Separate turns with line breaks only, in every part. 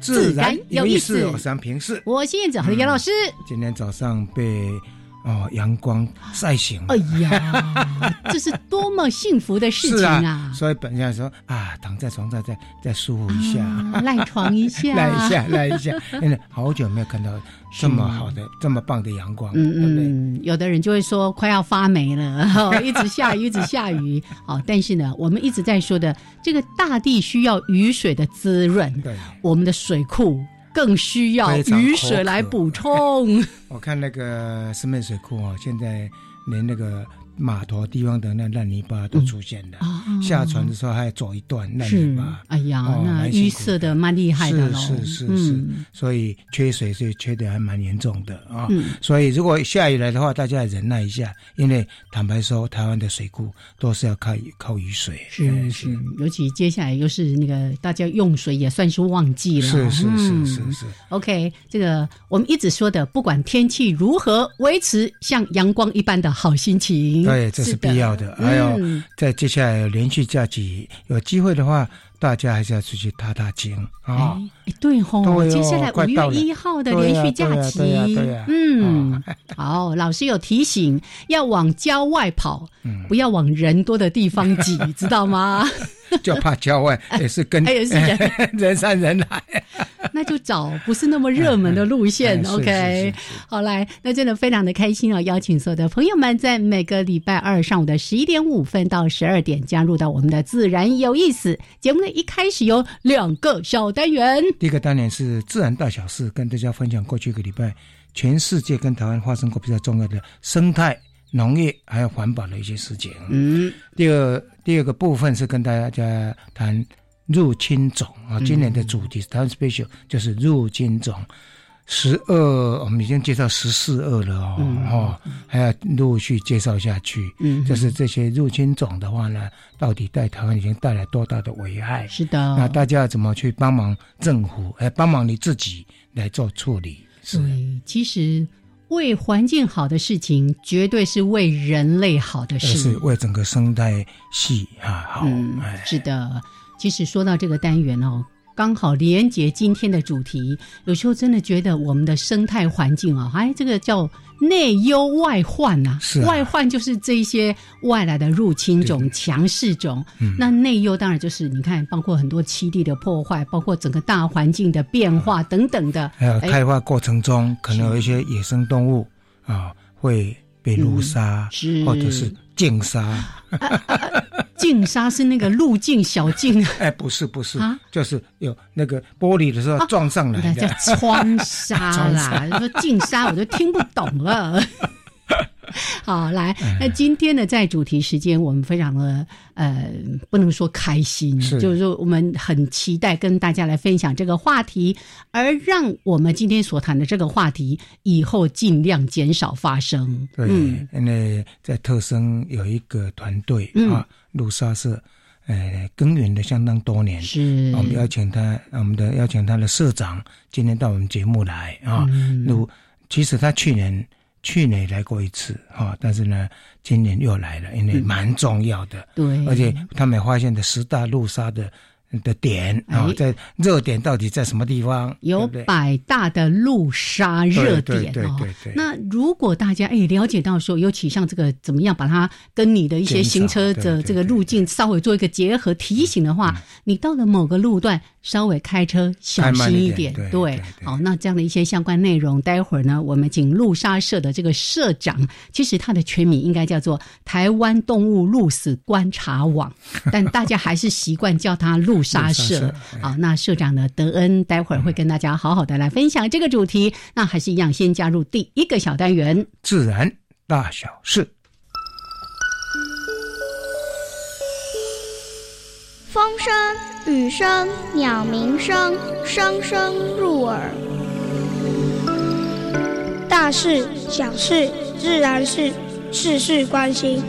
自然有意思，我
我是
三平视。
我是燕子和杨老师。
今天早上被哦阳光晒醒了，
哎呀， 这是多么幸福的事情
是
啊！
所以本想说啊，躺在床上再再舒服一下，
啊赖床一下，
赖一下， 赖一下。因为好久没有看到这么好的、这么棒的阳光，
嗯
对不对？
嗯，有的人就会说快要发霉了， 哦、一直下 雨，一直下雨。哦，但是呢，我们一直在说的，这个大地需要雨水的滋润，
对，
我们的水库更需要
非常
雨
口
水来
渴
补充。
我看那个石门水库哦，现在连那个码头地方的那烂泥巴都出现了，
啊
下船的时候还要走一段烂泥
是
巴，，
哎呀，
哦
那
蛮辛
淤
苦
塞的蛮厉害的喽，
是是是是
嗯
所以缺水是缺的还蛮严重的啊。
嗯
所以，如果下雨来的话，大家也忍耐一下，因为坦白说，台湾的水库都是要靠靠雨水。
是
哎
是，尤其接下来又是那个大家用水也算是旺季了，
是是是
嗯
是是，
OK，这个我们一直说的，不管天气如何，维持像阳光一般的好心情，
对，哎这是必要的。哎
的。
还有，
嗯，
在接下来有连续假期有机会的话，大家还是要出去踏踏青
哎。
啊
哎对吼，
对哦
接下来五
快到
月
了
一号的连续假期，
对呀对呀对呀啊
嗯， 好，老师有提醒，要往郊外跑，
嗯
不要往人多的地方挤，知道 吗？
就怕郊外也是跟
哎也是人
人山人海。哎
那就找不是那么热门的路线。
哎是
OK，
是是是
好来，那真的非常的开心哦！邀请所有的朋友们在每个礼拜二上午的十一点五分到十二点加入到我们的自然有意思节目的一开始有两个小单元，
第一个当然是自然大小事，跟大家分享过去一个礼拜全世界跟台湾发生过比较重要的生态、农业还有环保的一些事情。
嗯，
第二第二个部分是跟大家谈入侵种啊，
嗯
今年的主题、台湾 special 就是入侵种。十二，我们已经介绍十四二了哦，哦，还要陆续介绍下去。
嗯
就是这些入侵种的话呢，到底对台湾已经带来多大的危害？
是的，
那大家要怎么去帮忙政府，哎，帮忙你自己来做处理？是
对，其实为环境好的事情，绝对是为人类好的
这
事。
呃是为整个生态系啊好，
嗯，
哎，
是的。其实说到这个单元哦，刚好连接今天的主题。有时候真的觉得我们的生态环境啊、哎，这个叫内忧外患呐、
是啊
外患就是这一些外来的入侵种、强势种。
嗯
那内忧当然就是你看，包括很多栖地的破坏，包括整个大环境的变化等等 的。
还有
哎
开发过程中可能有一些野生动物啊会被
嗯
捕杀，
是啊
或者是禁杀。
净沙是那个路径小径，
哎，不是不是
啊，哦
就是有那个玻璃的时候撞上
那
来
叫
的。
窗 纱啦，说净纱我都听不懂了。好，来，
哎
那今天呢，在主题时间，我们非常的呃，不能说开心，
是
就是说我们很期待跟大家来分享这个话题，而让我们今天所谈的这个话题以后尽量减少发生。
对
嗯，
因为在特生有一个团队啊，陆沙社，呃，耕耘了相当多年。
是，
我们邀请他，我们的邀请他的社长今天到我们节目来啊。
嗯
陆、其实他去年去年也来过一次啊，但是呢，
嗯
今年又来了，因为蛮重要的。
对，
而且他们发现的十大陆沙的的点啊、
哎
在热点到底在什么地方？
有
对不对
百大的路杀热点
对对
哦
对对对。
那如果大家哎了解到说，尤其像这个怎么样把它跟你的一些
减少
行车
对
的
对嗯
这个路径稍微做一个结合提醒的话，你到了某个路段稍微开车小
开慢
心
一
一
点对对对
好，那这样的一些相关内容，待会儿呢，我们请路杀社的这个社长，其实他的全名应该叫做台湾动物路死观察网， 但大家还是习惯叫他路杀
路
社
杀。社哎
好，那社长呢，德恩待会儿会跟大家好好的来分享这个主题。那还是一样，先加入第一个小单元。
自然大小事。
风声、雨声、鸟鸣声，声声入耳。大事、小事、自然是，事事关心。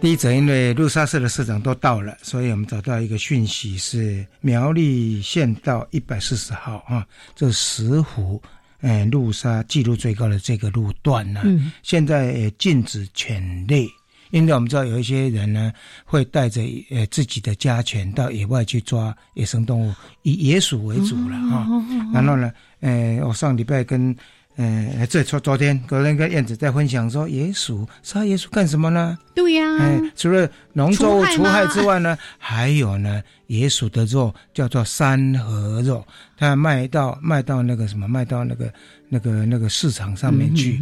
第一则，因为陆沙社的社长都到了，所以我们找到一个讯息是苗栗县道一百四十号啊，这石湖，嗯、陆沙记录最高的这个路段呢、
嗯
现在也禁止犬类，因为我们知道有一些人呢会带着呃自己的家犬到野外去抓野生动物，以野鼠为主了啊。然后呢，呃，我上礼拜跟呃，这昨昨天昨天跟呃燕子在分享说，野鼠杀野鼠干什么呢？
对呀、
哎，除了农作物
嗯除
除
害
害
吗
之外 呢，还有呢，野鼠的肉叫做山河肉，它卖到卖到那个什么，卖到那个那个那个市场上面
嗯
去。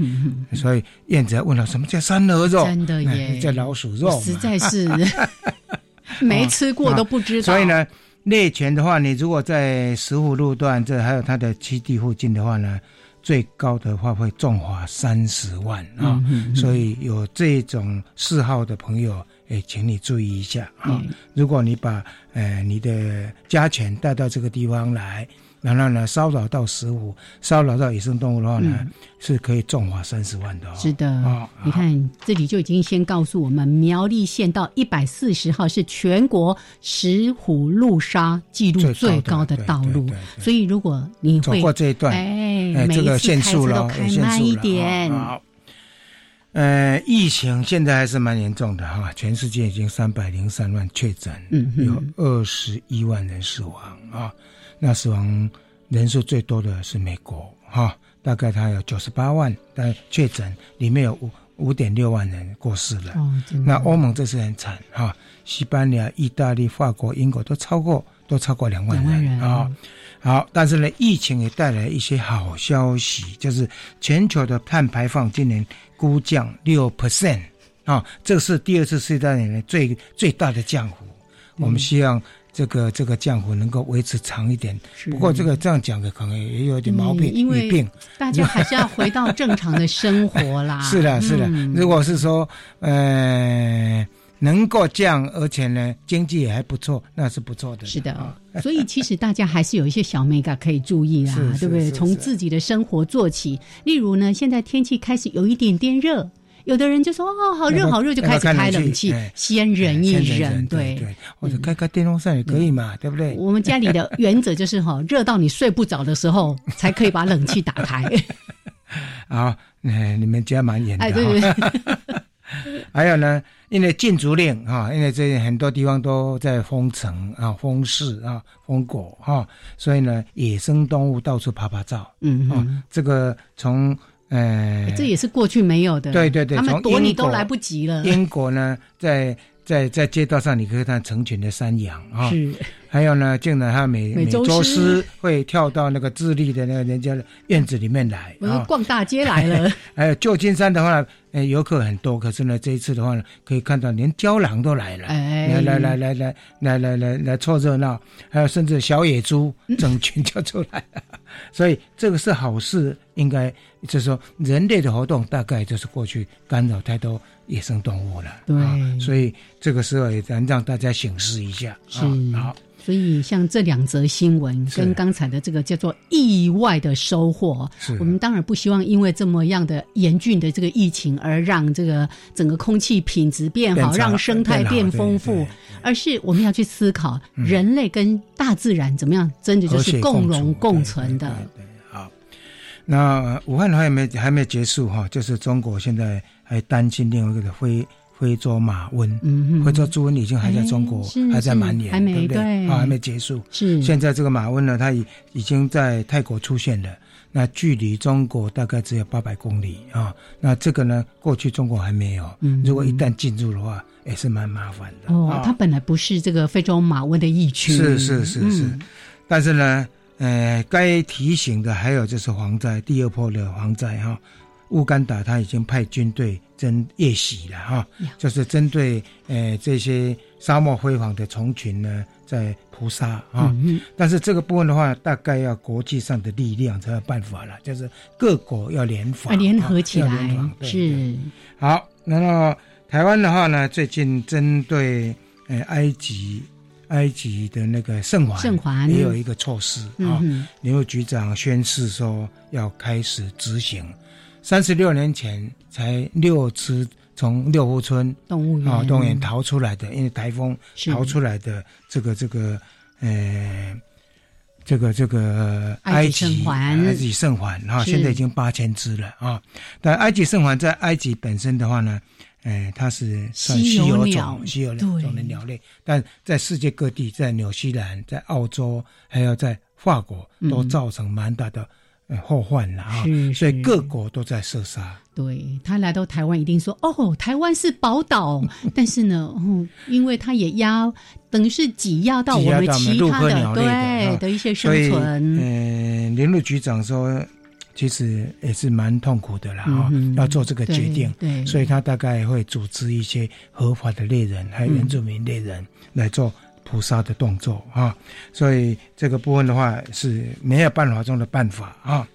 所以燕子还问了，什么叫山河肉？
真的耶
哎叫老鼠肉嘛。
实在 是没吃过都不知道。
哦所以，呢，猎犬的话，你如果在石湖路段这还有它的基地附近的话呢，最高的话会重罚三十万啊、
嗯
所以有这种嗜好的朋友，哎，请你注意一下啊、
嗯
如果你把呃你的家犬带到这个地方来。然后呢，骚扰到石虎，骚扰到野生动物的话呢，是可以重罚三十万的、哦。
嗯是的，
哦
你看这里就已经先告诉我们，苗栗县道一百四十号是全国石虎路杀记录最
最
高
高
的
的
道路
对对，对对
所以如果你
走
会
过这一段，
哎
哎，，
每
这
一
个
次开
限速
车
了
都
哦，
开
有限
慢
速
一
了哦
点，
好，呃，疫情现在还是蛮严重的哈，全世界已经三百零三万确诊，
嗯哼
有二十一万人死亡啊。那死亡人数最多的是美国哈，大概它有九十八万，但确诊里面有五五点六万人过世了。
哦，真
那
的，
欧盟这次很惨哈，西班牙、意大利、法国、英国都超过都超过两万
两万人
人啊、好，但是呢，疫情也带来一些好消息，就是全球的碳排放今年估降六 percent 啊，这是第二次世界大战以来最最大的降幅。
嗯
我们希望这个这个降幅能够维持长一点。
是
不过这个这样讲的可能也有点毛病，
嗯嗯因为
语病。
大家还是要回 到正常的生活啦。
是的，是的。
嗯
如果是说，呃，能够降，而且呢，经济也还不错，那是不错的。
是的
啊，
所以其实大家还是有一些小美感可以注意啦
是，是
对不对？
是
从
是
自己的生活做起，例如呢，现在天气开始有一点点热，有的人就说哦，好热
要不
好热，就开
要
始
不要
开
开冷
冷
气
气
哎，
先忍一
先
忍，对。
对
嗯
对，或者开开电风扇也可以嘛，对不对？
我们家里的原则就是哈，热到你睡不着的时候，才可以把冷气打 开。
啊，哎你们家蛮严的
哎，
哈。
对对对，
还有呢，因为禁足令哈、因为这很多地方都在封城啊、封市啊、封国哈、所以呢，野生动物到处爬爬照啊、
嗯嗯，
这个从呃，
哎这也是过去没有的。
对对对
他们
从
躲你
英
都
国
来不及了。
英国呢，在在在街道上，你可以看成群的山羊 啊、
是，
还有呢，竟然它美
美
美
洲
洲
狮
狮会跳到那个智利的那个人家的院子里面来
我
啊、
说逛大街来 了。
还有旧金山的话呢，呃，游客很多，可是呢，这一次的话呢，可以看到连郊狼都来了，
哎
来来来来来来来来来凑热闹，还有甚至小野猪
嗯
整群就出来了， 所以这个是好事，应该就是说人类的活动大概就是过去干扰太多野生动物了，
对
啊所以这个时候也能让大家醒思一下，
是
啊、好。
所以，像这两则新闻
是
跟刚才的这个叫做意外的收获
是，
我们当然不希望因为这么样的严峻的这个疫情而让这个整个空气品质变
变
好，
差
让生态变丰
变
富
好对对，嗯
而是我们要去思考人类跟大自然怎么样，真的就
和
是
谐
共荣
共
共
处
存的。
对对对对好，那武汉还没还没结束哈，就是中国现在还担心另外一个的非非洲马瘟，
嗯
非洲猪瘟已经还在中国
哎是
还在蔓
是
延，
还没
对不对？
对
啊，还没结束。
是
现在这个马瘟呢，它已已经在泰国出现了，那距离中国大概只有八百公里啊。那这个呢，过去中国还没有，
嗯
如果一旦进入的话，也是蛮麻烦的。
哦
啊，
它本来不是这个非洲马瘟的疫区，
是是是是
嗯，
但是呢，呃，该提醒的还有就是蝗灾，第二波的蝗灾哈。乌干达他已经派军队针夜袭了哈
呀，
就是针对呃这些沙漠辉煌的虫群呢，在扑杀啊。
嗯
但是这个部分的话，大概要国际上的力量才有办法了，就是各国要联防，
啊，联合起
啊
来
要联防对对
是
好。然后台湾的话呢，最近针对呃埃及埃及的那个圣环，
圣环
也有一个措施啊，
嗯
联合、局长宣誓说要开始执行。三十六年前才六只从六福村
哼，动物园
啊动物园逃出来的，因为台风
是
逃出来的这个这个呃这个这个
埃
埃
及
及呃
圣环
埃及圣环哈，
是
现在已经八千只了啊。但埃及圣环在埃及本身的话呢，呃，它是算
稀
稀
有
有
鸟
种稀有鸟
对
种的鸟类，但在世界各地，在纽西兰、在澳洲，还有在法国，都
嗯
造成蛮大的。呃后患了啊
是，
所
是
以各国都在射杀。
对他来到台湾，一定说哦，台湾是宝 岛，但是呢，哦，因为他也压，等于是挤压到
挤
我
压
们
到我们
其
陆
他
科鸟类的
对
啊
的一些生
所以，
存，
呃，林陆局长说，其实也是蛮痛苦的啦，哈、
嗯哼
要做这个
对
决定，
对，
所以他大概会组织一些合法的猎人，还有原住民猎人来做捕杀的动作啊。所以这个部分的话是没有办法中的办法啊。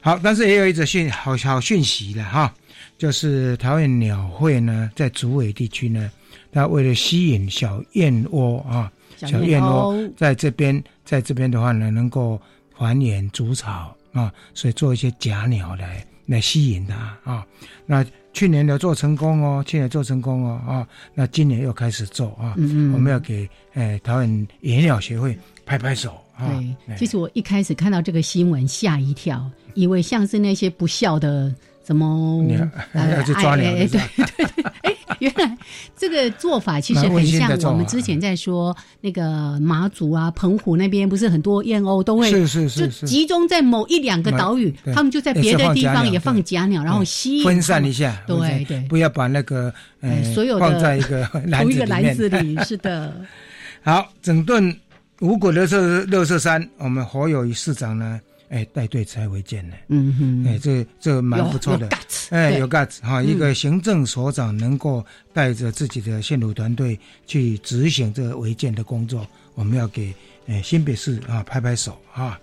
好，但是也有一则讯好好讯息了哈、就是桃园鸟会呢，在竹尾地区呢，它为了吸引小燕窝啊，小燕
哦
窝
嗯
在这边，在这边的话呢，能够繁衍筑巢啊，所以做一些假鸟来来吸引它啊。那去年有做成功哦，去年做成功哦啊，那今年又开始做啊。
嗯嗯
我们要给呃台湾野鸟协会拍拍手啊。
对，其实我一开始看到这个新闻吓一跳，以为像是那些不孝的什么
你要要去抓鸟
哎哎
就是
对对对，哎，原来这个做法其实
蛮温
很
馨的
像
做
我
法
们之前在说那个马祖啊、澎湖那边，不是很多燕鸥都会
是是是，
就是集中在某一两个岛屿，
对
他们就在别的地方也
也是
放
放
假鸟，然后
对
吸引
分散一
下。
下，
对
分散
对
不要把那个呃
哎所有的
放在一 个篮
同一
子
个
里
篮
面
子里，是的，
好，整顿五谷六色六色山，我们侯友谊市长呢，哎，带队才回见呢，
嗯哼，
哎，这这蛮
有
不错的
有 guts，，
哎，
对嗯
有 guts 哈，一个行政所长能够带着自己的县府团队去执行这个违建的工作，我们要给哎新北市啊拍拍手啊。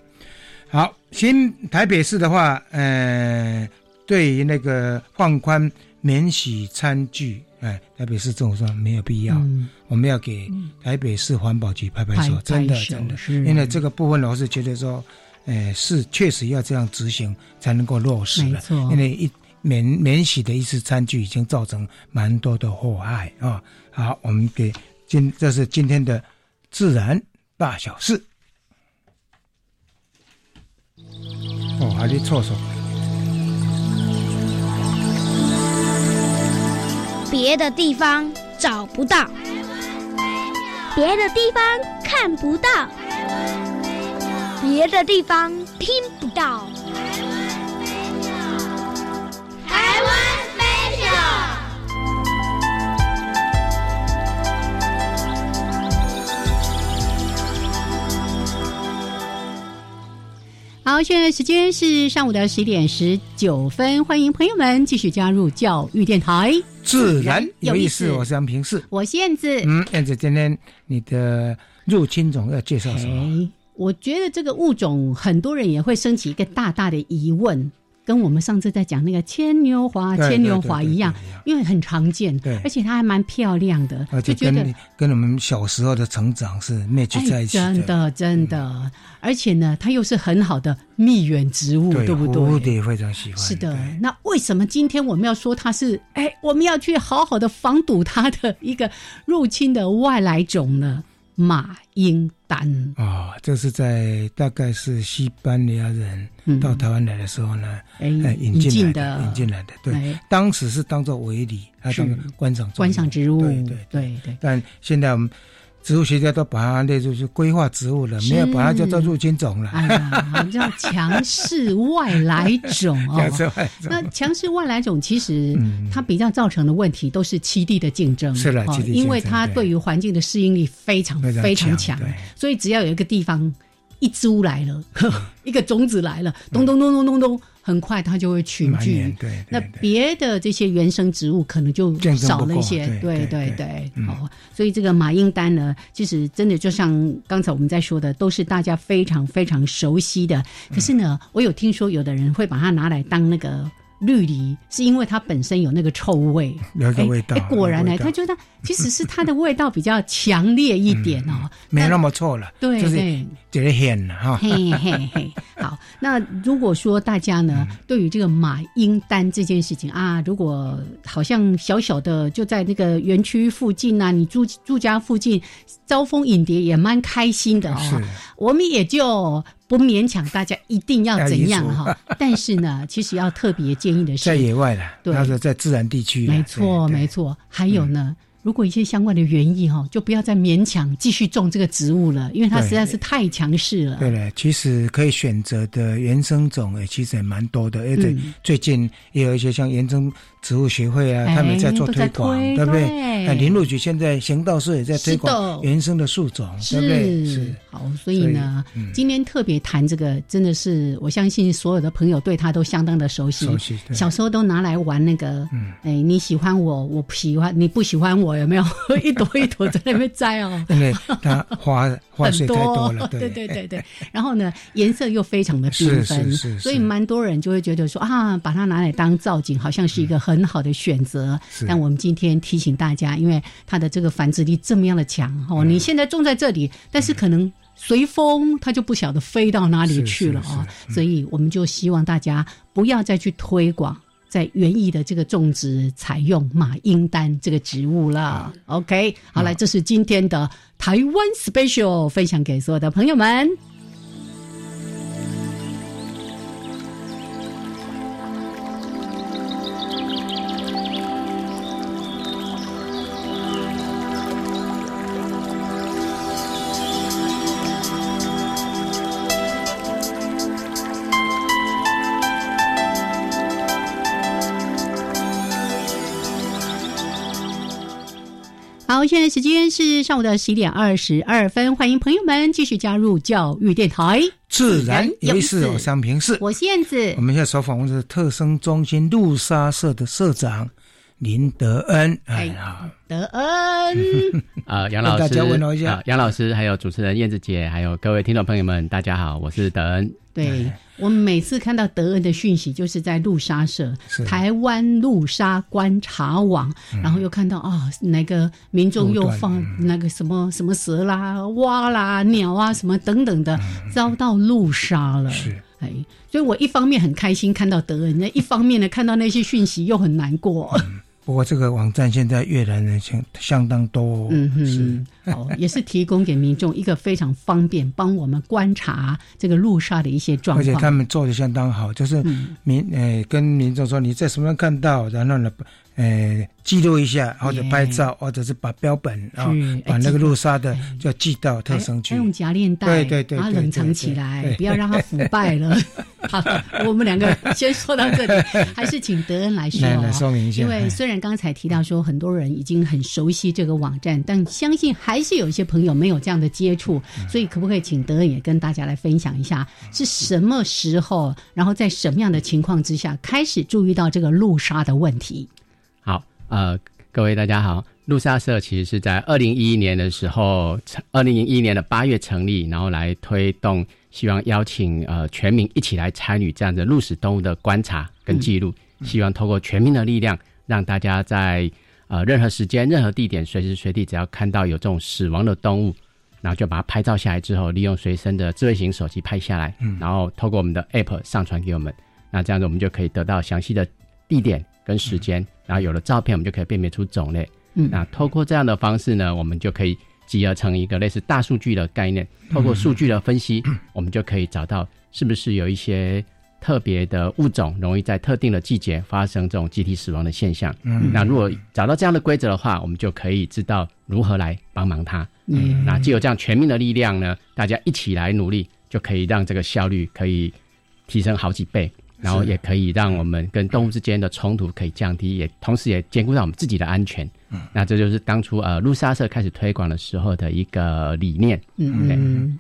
好，新台北市的话，呃，对于那个放宽免洗餐具，哎，台北市政府说没有必要。
嗯，
我们要给台北市环保局拍拍手，
拍
真的
拍手
真的，
是
因为这个部分我是觉得说，呃，是确实要这样执行才能够落实
没
的，
错
因为一免免洗的一次餐具已经造成蛮多的祸害啊、好，我们给今这是今天的自然大小事。哦，还得厕所。
别的地方找不到，别的地方看不到，别的地方听不到。台湾 special。
好，现在时间是上午的十一点十九分，欢迎朋友们继续加入教育电台，
自然有意
有
思，
意思
我是杨平视。
我是燕子。
嗯，燕子，今天你的入侵总要介绍什么？
哎，我觉得这个物种很多人也会升起一个大大的疑问，跟我们上次在讲那个牵牛花、
对
牵牛花
对对对
一样
对对一样，
因为很常见
对，
而且它还蛮漂亮的
而，
就
且
觉得
啊
哎
跟跟我们小时候的成长是 match 在一起嗯
真的真的，而且呢，它又是很好的蜜源植物，
对
对不对？
蝴蝶非常喜欢，
是的
对，
那为什么今天我们要说它是？哎，我们要去好好的防堵它的一个入侵的外来种呢？马英丹。
啊，这是在大概是西班牙人
嗯
到台湾来的时候呢，
哎
哎，
引
进来
的
引进来的，对，
哎
当时是当做围篱，还
是
啊当作观赏
观赏植物，
对对对。
对对
但现在我们植物学家都把它列入去规划植物了，
是
没有把它叫做入侵种了，
哎呀，叫强势外来种 哦
叫。做外
那
种。
强势外来种其实
嗯
它比较造成的问题都是栖地的竞争，
是啦
哦
栖地竞争
因为它
对
对于环境的适应力非常
非常
非常
强
强
对，
所以只要有一个地方一株来了，一个种子来了，咚咚咚咚咚咚，很快它就会群
蛮
聚
严。对
那
对对，
别的这些原生植物可能就
竞争
少
不
了一
过
些，
对
对
对对
对
嗯，
哦，所以这个马英丹呢，其实真的就像刚才我们在说的，都是大家非常非常熟悉的。可是呢，
嗯
我有听说有的人会把它拿来当那个绿篱，是因为它本身有那个臭味，
有一个
哎
味道
哎果然呢
有，一个味道
他觉得其实是它的味道比较强烈一点 哦。
没那么错了，
对
嗯就是
对
觉得险了哈。
嘿嘿嘿，好。那如果说大家呢，
嗯
对于这个马英丹这件事情啊，如果好像小小的就在那个园区附近啊，你住住家附近招蜂引蝶也蛮开心的
是
哦。我们也就不勉强大家一定要怎样哈、但是 呢，其实要特别建议的
哎在
是，
野外了，
对
那是在自然地区啦，
没错
对对嗯
没错，还有呢。如果一些相关的原因哦哈，就不要再勉强继续种这个植物了，因为它
对
实在是太强势了。
对了，其实可以选择的原生种也其实也蛮多的，而且
嗯
最近也有一些像原生植物协会啊，
哎
他们在做推广，
都在推
对不对？
对
哎，林路局现在行道社也在
是
推
的
广原生的树种，对不对？是，嗯
好，所以呢，今天特别谈这个，真的是我相信所有的朋友对他都相当的熟悉。
熟悉对。
小时候都拿来玩那个，哎，你喜欢我，我不喜欢，你不喜欢我，有没有？ 一朵一朵在那边摘哦
因为它花 花
很
穗太 多了，
对对
对
对对。然后呢，颜色又非常的缤纷，
是是是是
所以蛮多人就会觉得说啊，把它拿来当造景，好像是
嗯
一个很好的选择。
是
但我们今天提醒大家，因为它的这个繁殖力这么样的强
嗯
哦，你现在种在这里，但是可能。随风，它就不晓得飞到哪里去了啊、
嗯
所以我们就希望大家不要再去推广在园艺的这个种植采用马英丹这个植物了。OK，好
啊
来，这是今天的台湾 Special 分享给所有的朋友们。好，现在时间是上午的十一点二十二分，欢迎朋友们继续加入教育电台，
自然有意思，
有
我
意思
三平是。
我是燕子
我。们现在所访问的是特生中心陆沙社的社长林德恩，哎
哎
好，
德 恩，
啊，杨老
跟
师，
大家问候一下
啊杨老师，还有主持人燕子姐，还有各位听众朋友们，大家好，我是德恩。
对
哎
我们每次看到德恩的讯息，就是在陆沙社
是、嗯
台湾陆沙观察网，然后又看到啊、哪个民众又
路段嗯
放那个什么什么蛇啦、蛙啦、鸟啊什么等等的，遭到陆杀了。
嗯是，
哎，所以我一方面很开心看到德恩，那一方面呢看到那些讯息又很难过。
哦不过这个网站现在越来人相相当多、哦，
嗯哼，好，也是提供给民众一个非常方便，帮我们观察这个路上的一些状
而且他
况。
们做的相当
嗯
好，就是民诶、跟民众说你在什么地方看到，然后呢，诶、记录一下，或者拍照，或者是把标本啊、
是
把
哎
那个
记录
路沙的就寄到特生
还
区。
哎用夹链袋，
对对对
把它
对
冷
对
藏
对
起来
对，
不要让它腐败 了。好了，我们两个先说到这里，还是请德恩来说
来
哦
来说明一下，
因为
哎
虽然刚才提到说很多人已经很熟悉这个网站，但相信还是有一些朋友没有这样的接触，
嗯
所以可不可以请德恩也跟大家来分享一下，是什么时候，然后在什么样的情况之下开始注意到这个路杀的问题？
好，呃，各位大家好，陆萨社其实是在二零一一年的时候，二零零一年的八月成立，然后来推动，希望邀请呃全民一起来参与这样的陆史动物的观察跟记录，希望透过全民的力量，让大家在呃任何时间、任何地点、随时随地，只要看到有这种死亡的动物。然后就把它拍照下来之后，利用随身的智慧型手机拍下来，然后透过我们的 App 上传给我们。那这样子我们就可以得到详细的地点跟时间，然后有了照片，我们就可以辨别出种类。
嗯
那透过这样的方式呢，我们就可以集合成一个类似大数据的概念，透过数据的分析，我们就可以找到是不是有一些特别的物种容易在特定的季节发生这种集体死亡的现象。
嗯
那如果找到这样的规则的话，我们就可以知道如何来帮忙它。哎
嗯
那既有这样全民的力量呢，大家一起来努力，就可以让这个效率可以提升好几倍，然后也可以让我们跟动物之间的冲突可以降低，也同时也兼顾到我们自己的安全。嗯，那这就是当初呃路莎社开始推广的时候的一个理念。
嗯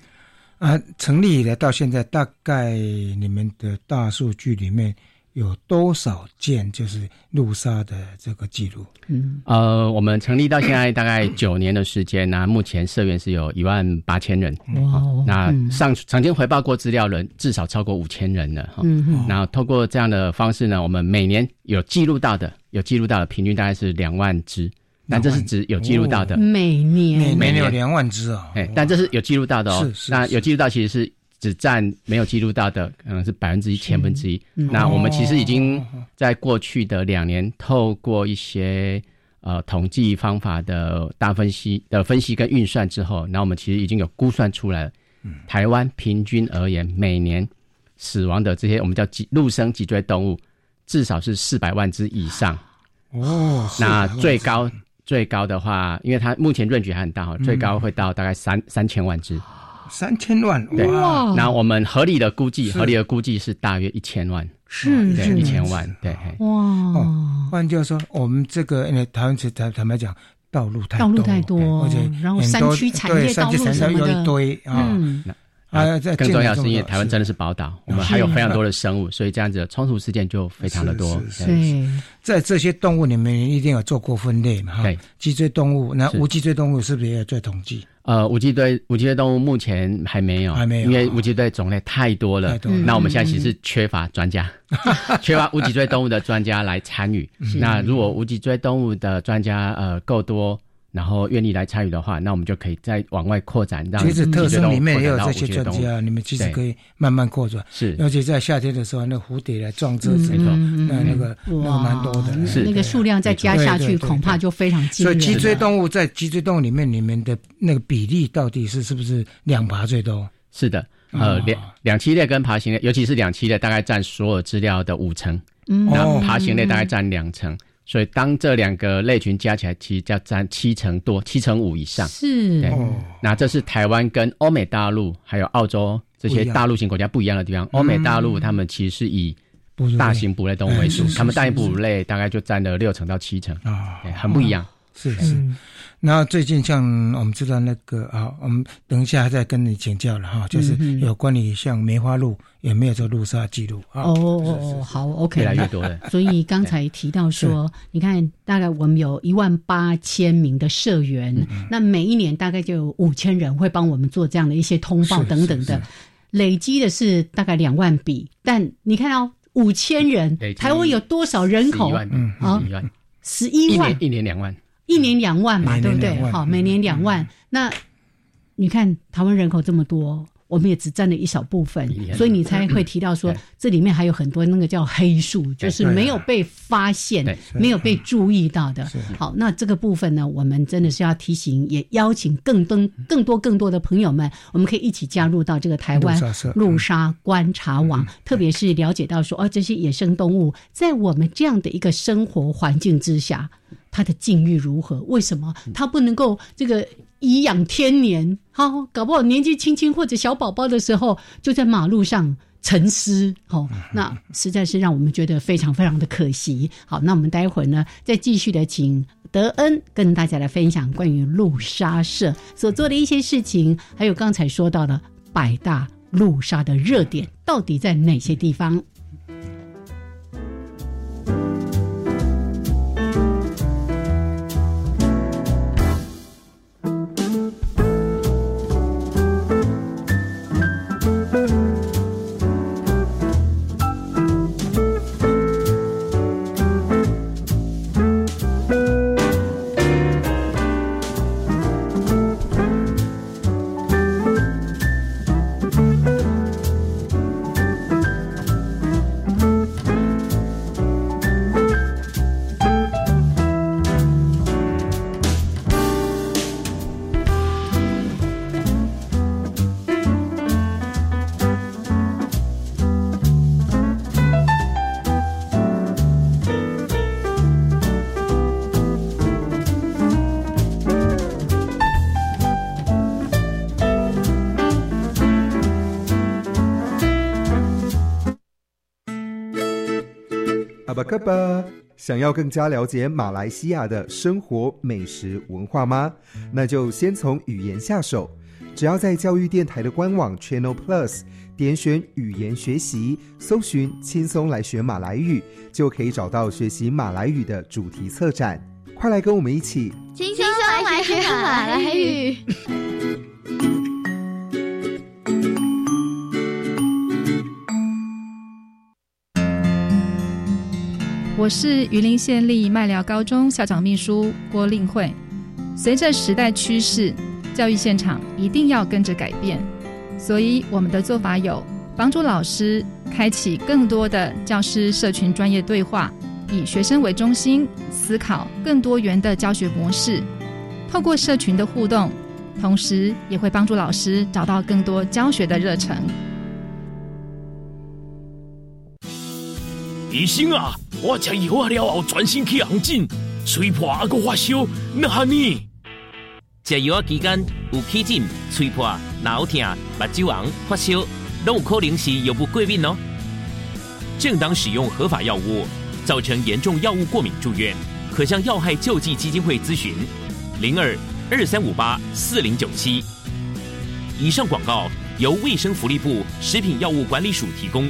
啊，成立以来到现在，大概你们的大数据里面有多少件就是路杀的这个记录？
嗯
呃，我们成立到现在大概九年的时间呢、目前社员是有一万八千人。
嗯，哇哦，
那
嗯
上曾经回报过资料人至少超过五千人了哈。
哦
嗯哼
然后透过这样的方式呢，我们每年有记录到的，有记录到的平均大概是两万只，但这是指有记录到的，
每
每
年
年有
每年
两万只啊、
哎、但这是有记录到的哦。
嗯是是
那
是
有记录到其实是只占没有记录到的，可能是百分之一、千分之一。
嗯
那我们其实已
哦
经在过去的两年，透过一些呃统计方法的大分析的分析跟运算之后，那我们其实已经有估算出来了。台湾平均而言，每年死亡的这些我们叫脊陆生脊椎动物，至少是四百万只以上。
哦，
那
400万
最高最高的话，因为它目前 range 还很大哈，最高会到大概三三千万只。
三千万
对
哇，
那我们合理的估计，
是
合理的估计是大约一千万，
是嗯
对，
是
一千万，对，嘿
哇，
换句话说，我们这个因为台湾其实坦坦白讲，道路太
道路太多
对而且
然后
很
山
多
区产
对
业
山
道
区
路
产
什
业
么
有
的
一堆啊
嗯
啊！再
更
进
重
来
要是因为
中国
台湾真的是宝岛，我们还有非常多的生物，所以这样子的冲突事件就非常的多。
是
对
对，
在这些动物里面一定有做过分类嘛？哈
对，
脊椎动物，那
是
无脊椎动物是不是也有做统计？
呃，无脊椎无脊椎动物目前还没有，
还没有啊
因为无脊椎种类太多了
太。多了嗯
那我们现在其实是缺乏专家， 缺乏无脊椎动物的专家来参与。
嗯
那如果无脊椎动物的专家呃够多，然后愿意来参与的话，那我们就可以再往外扩展，让
其实特生里面也有这
脊
些
椎
专
动物扩展到无脊椎动物
家，你嗯们其实
对
可以慢慢扩展。
是
尤其在夏天的时候，那蝴蝶来撞车子，
嗯
那那个那个
哇
蛮多的。
是
那个数量再加下
对
去，
对对
恐怕就非常惊
所
人
以
了。
脊椎动物在脊椎动物里面，你们的那个比例到底是是不是两爬最多？
是的，呃，
哦
两两栖类跟爬行类，尤其是两栖类，大概占所有资料的五成，
嗯
然后
哦
爬行类大概占两成。所以，当这两个类群加起来，其实要占七成多，七成五以上。
是
对
哦，
那这是台湾跟欧美大陆还有澳洲这
不
些
一样嗯
大陆型国家不一样的地方。欧美大陆他们其实是以
哺乳类
大型哺乳类动物为主
嗯是，是
他们大型
是是
哺乳类大概就占了六成到七成，
啊
对，很不一样。
是是。然后最近像我们知道那个啊，我们等一下再跟你请教了哈，就是有关于像梅花鹿有没有做路杀记录啊？
哦哦哦，好，OK，
越来越多了。
所以刚才提到说，你看，大概我们有一万八千名的社员，
嗯
那每一年大概就有五千人会帮我们做这样的一些通报
是
等等的，
是是
累积的是大概两万笔。但你看哦，五千人
累，积
台湾有多少人口
11？万，
嗯
11万，
十
一
一万
年，一年两万，
一年两万嘛，
每
对
年
不对
两？万
好，
嗯
每年两万。那你看台湾人口这么多，我们也只占了一小部分
一，年
所以你才
嗯
会提到说
对，
这里面还有很多那个叫黑数，就是没有被发现
对、
没有
嗯
被注意到的。好，那这个部分呢，我们真的是要提醒，也邀请更多、更多、更多的朋友们，我们可以一起加入到这个台湾
路杀社
路杀观察网，特别是了解到说，哦，这些野生动物在我们这样的一个生活环境之下，它的境遇如何？为什么它不能够这个颐养天年？好、搞不好年纪轻轻或者小宝宝的时候，就在马路上。沉思，哦，那实在是让我们觉得非常非常的可惜。好，那我们待会儿呢，再继续的请德恩跟大家来分享关于路杀社所做的一些事情，还有刚才说到的百大路杀的热点到底在哪些地方。
阿巴卡巴。想要更加了解马来西亚的生活、美食、文化吗？那就先从语言下手。只要在教育电台的官网 Channel Plus 点选语言学习，搜寻“轻松来学马来语”，就可以找到学习马来语的主题策展。快来跟我们一起
轻松来学马来语。
我是榆林县立麦寮高中校长秘书郭令慧。随着时代趋势，教育现场一定要跟着改变，所以我们的做法有帮助老师开启更多的教师社群专业对话，以学生为中心思考更多元的教学模式，透过社群的互动，同时也会帮助老师找到更多教学的热忱。
医生啊，我食药啊了后全身去红疹，吹破啊个发烧，那安尼？
食药期间有起疹、吹破、脑疼、目睭红、发烧，都有可能是药物过敏哦。正当使用合法药物，造成严重药物过敏住院，可向药害救济基金会咨询，零二二三五八四零九七。以上广告由卫生福利部食品药物管理署提供。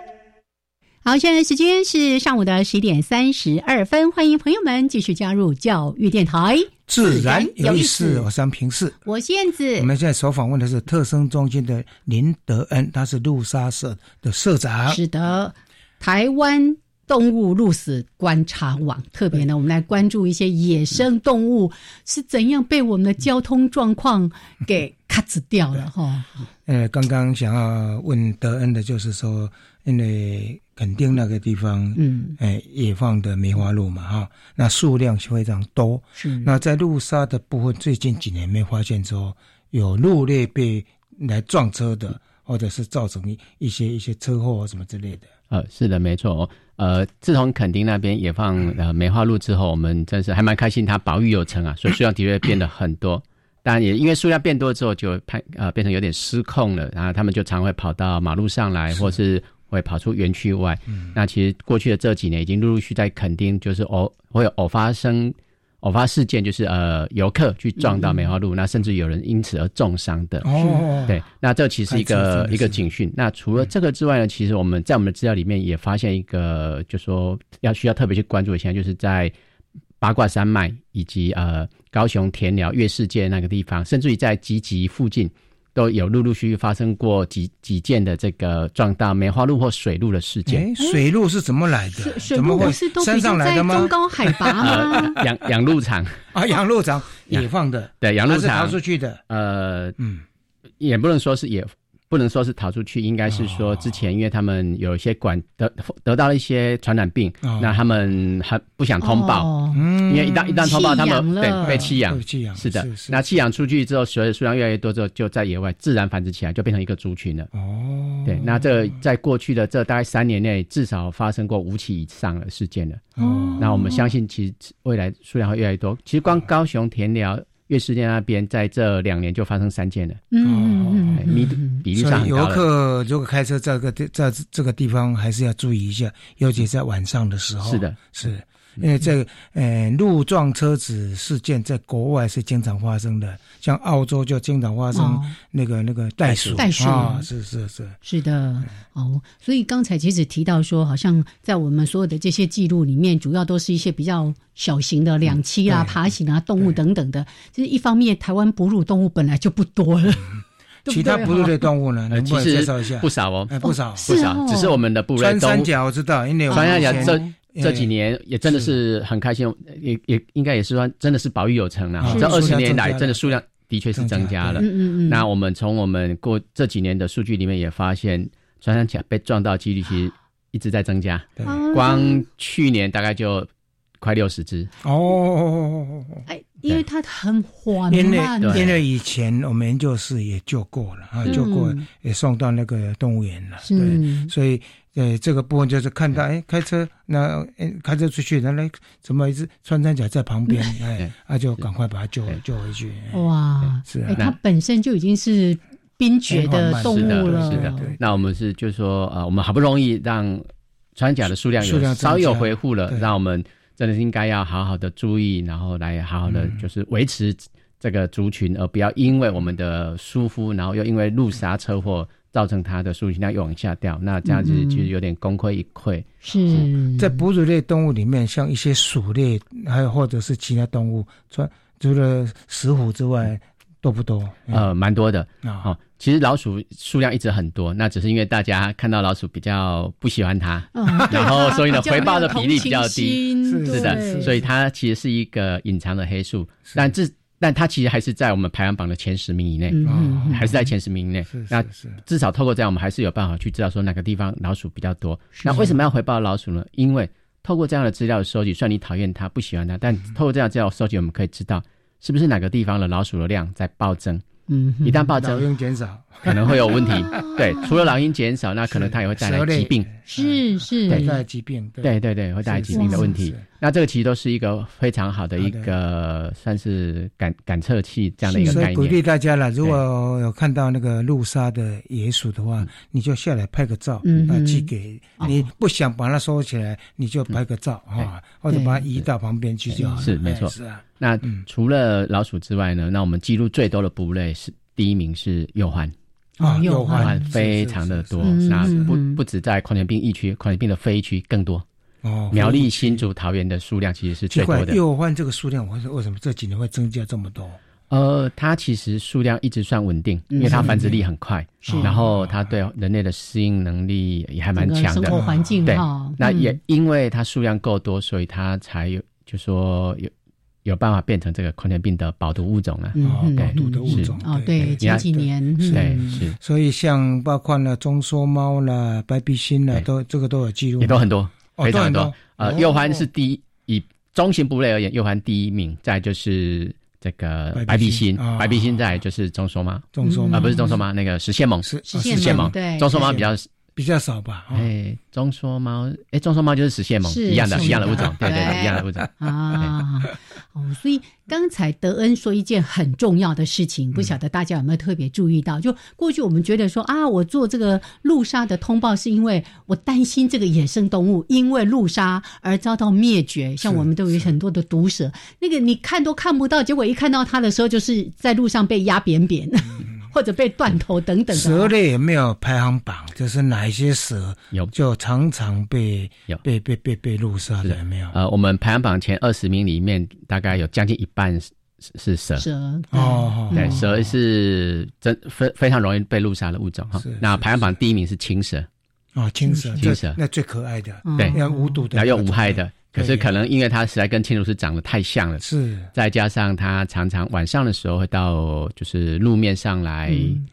好，现在时间是上午的十一点三十二分，欢迎朋友们继续加入教育电台，
自然有意思。我三平四，
我是燕子。
我们现在所访问的是特生中心的林德恩，他是陆沙社的社长。
是的，台湾动物鹿死观察网，特别呢，我们来关注一些野生动物是怎样被我们的交通状况 给咔子掉了哈。
呃，刚刚想要问德恩的就是说，因为。垦丁那个地方，
嗯，
哎、欸，也放的梅花鹿嘛，哈，那数量是非常多。
是，
那在鹿沙的部分，最近几年没发现说有鹿类被来撞车的，
嗯
或者是造成一些一些车祸什么之类的。
呃，是的，没错、哦。呃，自从垦丁那边也放呃梅花鹿之后，我们真是还蛮开心，它保育有成啊，所以数量的确变得很多。当然也因为数量变多之后，就判呃变成有点失控了，然后他们就常会跑到马路上来，或是。会跑出园区外，嗯、那其实过去的这几年已经陆陆续在垦丁，就是偶会有偶发生、偶发事件，就是呃游客去撞到梅花鹿，嗯、那甚至有人因此而重伤的。
哦，
哎
对，那这其实一个一个警讯。那除了这个之外呢，其实我们在我们的资料里面也发现一个，就说要需要特别去关注一下，就是在八卦山脉以及呃高雄田寮月世界那个地方，甚至于在集集附近。都有陆陆续续发生过几几件的这个撞到梅花鹿或水鹿的事件。
哎，水鹿是怎么来的？
水
怎么
鹿
会
不是都比较在中高海拔吗？
呃、养养鹿场
啊，养鹿
哦
场野放的，
对，养鹿场
逃出去的。
呃，
嗯，
也不能说是野，不能说是逃出去，应该是
哦
说之前因为他们有一些管得得到了一些传染病，
哦
那他们 很不想通报，
哦
嗯
因为一旦一旦通报，他们
弃养了
对被弃养
被。弃养
是的，
是
那弃养出去之后，随着数量越来越多之后，就在野外自然繁殖起来，就变成一个族群了。
哦，
对，那这在过去的这大概三年内，至少发生过五起以上的事件了。
哦
那我们相信，其实未来数量会越来越多。其实光高雄田寮月世界那边，在这两年就发生三件了，
嗯嗯
哎
嗯
密
嗯
度
嗯，
比例
所
上
以
很
游
高了。
客如果开车在个地在这个地方，还是要注意一下，尤其在晚上的时候。
是的，
是因为这个呃路撞车子事件在国外是经常发生的，像澳洲就经常发生
哦
那个、那个袋鼠
袋鼠
啊，是是是，
是的，哦，所以刚才其实提到说，好像在我们所有的这些记录里面，主要都是一些比较小型的两栖啊、
对
爬行啊、动物等等的。就是一方面，台湾哺乳动物本来就不多 了，对不对
其他哺乳类动物呢，
呃，
能不
其
能介
实
绍一下？
不少哦，
哎，不少。
是
不少，
哦
只是我们的部落
穿
动
山
物。
甲我知道，因为我
穿
们
山
以
甲
前
这
呃
这几年也真的是很开心，哦也也应该也是说真的是保育有成了。
是
这二
嗯数
十
量
年
增加
来，
了
真的数量的确是增
增加
加
了
了
嗯。嗯嗯。
那我们从我们过这几年的数据里面也发现，穿山甲被撞到几率其实一直在增加，
对
哦嗯
光去年大概就快六十只。
哦，
哎，因为它很缓
因为
慢的，
因为以前我们研究室也救过了啊，
嗯
救过也送到那个动物园了，
是
对，所以呃这个部分就是看
嗯
到哎开车那哎开车出去，然后怎么一只穿山甲在旁 边，哎，那就赶快把它救救回去。
哦
哎
哇，
是啊
哎，它本身就已经是濒绝的动
是的
物，了，
是的。那我们是就是说，呃，我们好不容易让穿甲的数量
数量
有
增加
稍有回复了
对，
那我们真的是应该要好好的注意，然后来好好的
嗯
就是维持这个族群，而不要因为我们的疏忽，然后又因为路杀车祸造成它的数群量又往下掉，那这样子
嗯
其实有点功亏一篑。
是
在哺乳类动物里面，像一些鼠类，还有或者是其他动物，除除了石虎之外，
嗯
多不多？哎
呃，蛮多的。
啊
哦，其实老鼠数量一直很多，那只是因为大家看到老鼠比较不喜欢它，
嗯
然后所以呢，
比较没
回
有
报的比例比较低，
同情心
是
对
的，所以它其实是一个隐藏的黑数，但这但它其实还是在我们排行榜的前十名以内，
嗯嗯嗯
哦还是在前十名以内。
是
那
是
至少透过这样，我们还是有办法去知道说哪个地方老鼠比较多。
是
那为什么要回报老鼠呢？因为透过这样的资料的收集，虽然你讨厌它、不喜欢它，但
嗯
透过这样的资料收集，我们可以知道是不是哪个地方的老鼠的量在暴增。
嗯哼
一旦暴
老
增，
鹰减少，
可能会 有问题。对，除了老鹰减少，那可能它也会带来
蛇类
疾病。
是是，
对带来疾病，
嗯对对对，会带来疾病的问
是
题
是是。
那这个其实都是一个非常好的一个算是感感测器这样的一个
所
概
以鼓
念
励。大家了，如果有看到那个路杀的野鼠的
嗯
话，你就下来拍个照，
嗯
那
哼
寄给
哦
你不想把它收起来，你就拍个照
嗯
啊，或者把它移到旁边去就好了。
是没
哎
错
是啊，。
那除了老鼠之外呢，那我们记录最多的哺乳类是第一名是鼬獾。
哦
啊，有
鼬獾
换
呃非常的多
嗯
是是是，
那
是
不不止在狂犬病疫区，狂犬病的非疫区更多。
哦
苗栗、新竹、桃园的数量其实是
奇
最
怪
多，的。
又换这个数量，我说为什么这几年会增加这么多？
呃，它其实数量一直算稳定，
嗯
因为它繁殖力很快，
是
然后它对人类的适应能力也还蛮
整
强
个
的。
生活环境
对
哈，
那也
嗯
因为它数量够多，所以它才有就说有有办法变成这个狂犬病的保毒物种啊了。
嗯
哦
嗯
对
保毒的物
是
种
哦，对，
你
前
看
几年
对
嗯
是
所以像包括了中缩猫啦、白鼻心啦，都这个都有记录吗，
也都很多，
哦
非
都
常
很
多。呃，
哦
鼬獾是第一，以中型哺乳类而言，鼬獾第一名，再就是这个
白
白
鼻
鼻
心
心
啊，嗯
白鼻心，再来就是中缩吗？
中缩
啊，
猫啊
不是中缩吗？那个石蟹獴，
石
石嗯蟹獴对
中缩猫比较
比较少吧？哦
哎，中缩猫，哎，中缩猫就是石蟹獴，
是
一样的，
是
一样的物种
的，
对
对
对，一样的物种。
啊，哦，所以刚才德恩说一件很重要的事
嗯
情，不晓得大家有没有特别注意到？就过去我们觉得说啊，我做这个路杀的通报，是因为我担心这个野生动物因为路杀而遭到灭绝，像
是
我们都有很多的毒蛇，那个你看都看不到，结果一看到它的时候，就是在路上被压扁扁， 或者被断头等等的
嗯蛇
啊。
类有没有排行榜？就是哪一些蛇
有
就常常被
有
被被被被路杀的
是
有没有？
呃，我们排行榜前二十名里面，大概有将近一半是是蛇。
蛇对
哦，
嗯对，蛇是真非非常容易被路杀的物种哈
是是。
那排行榜第一名是青蛇，
哦，青蛇，
青
这
蛇
那最可爱
嗯
的，
对
那无毒的，
然后又无害的，
对
可是可能因为它实在跟青竹是长得太像了，
是
再加上它常常晚上的时候会到就是路面上来，
哎
嗯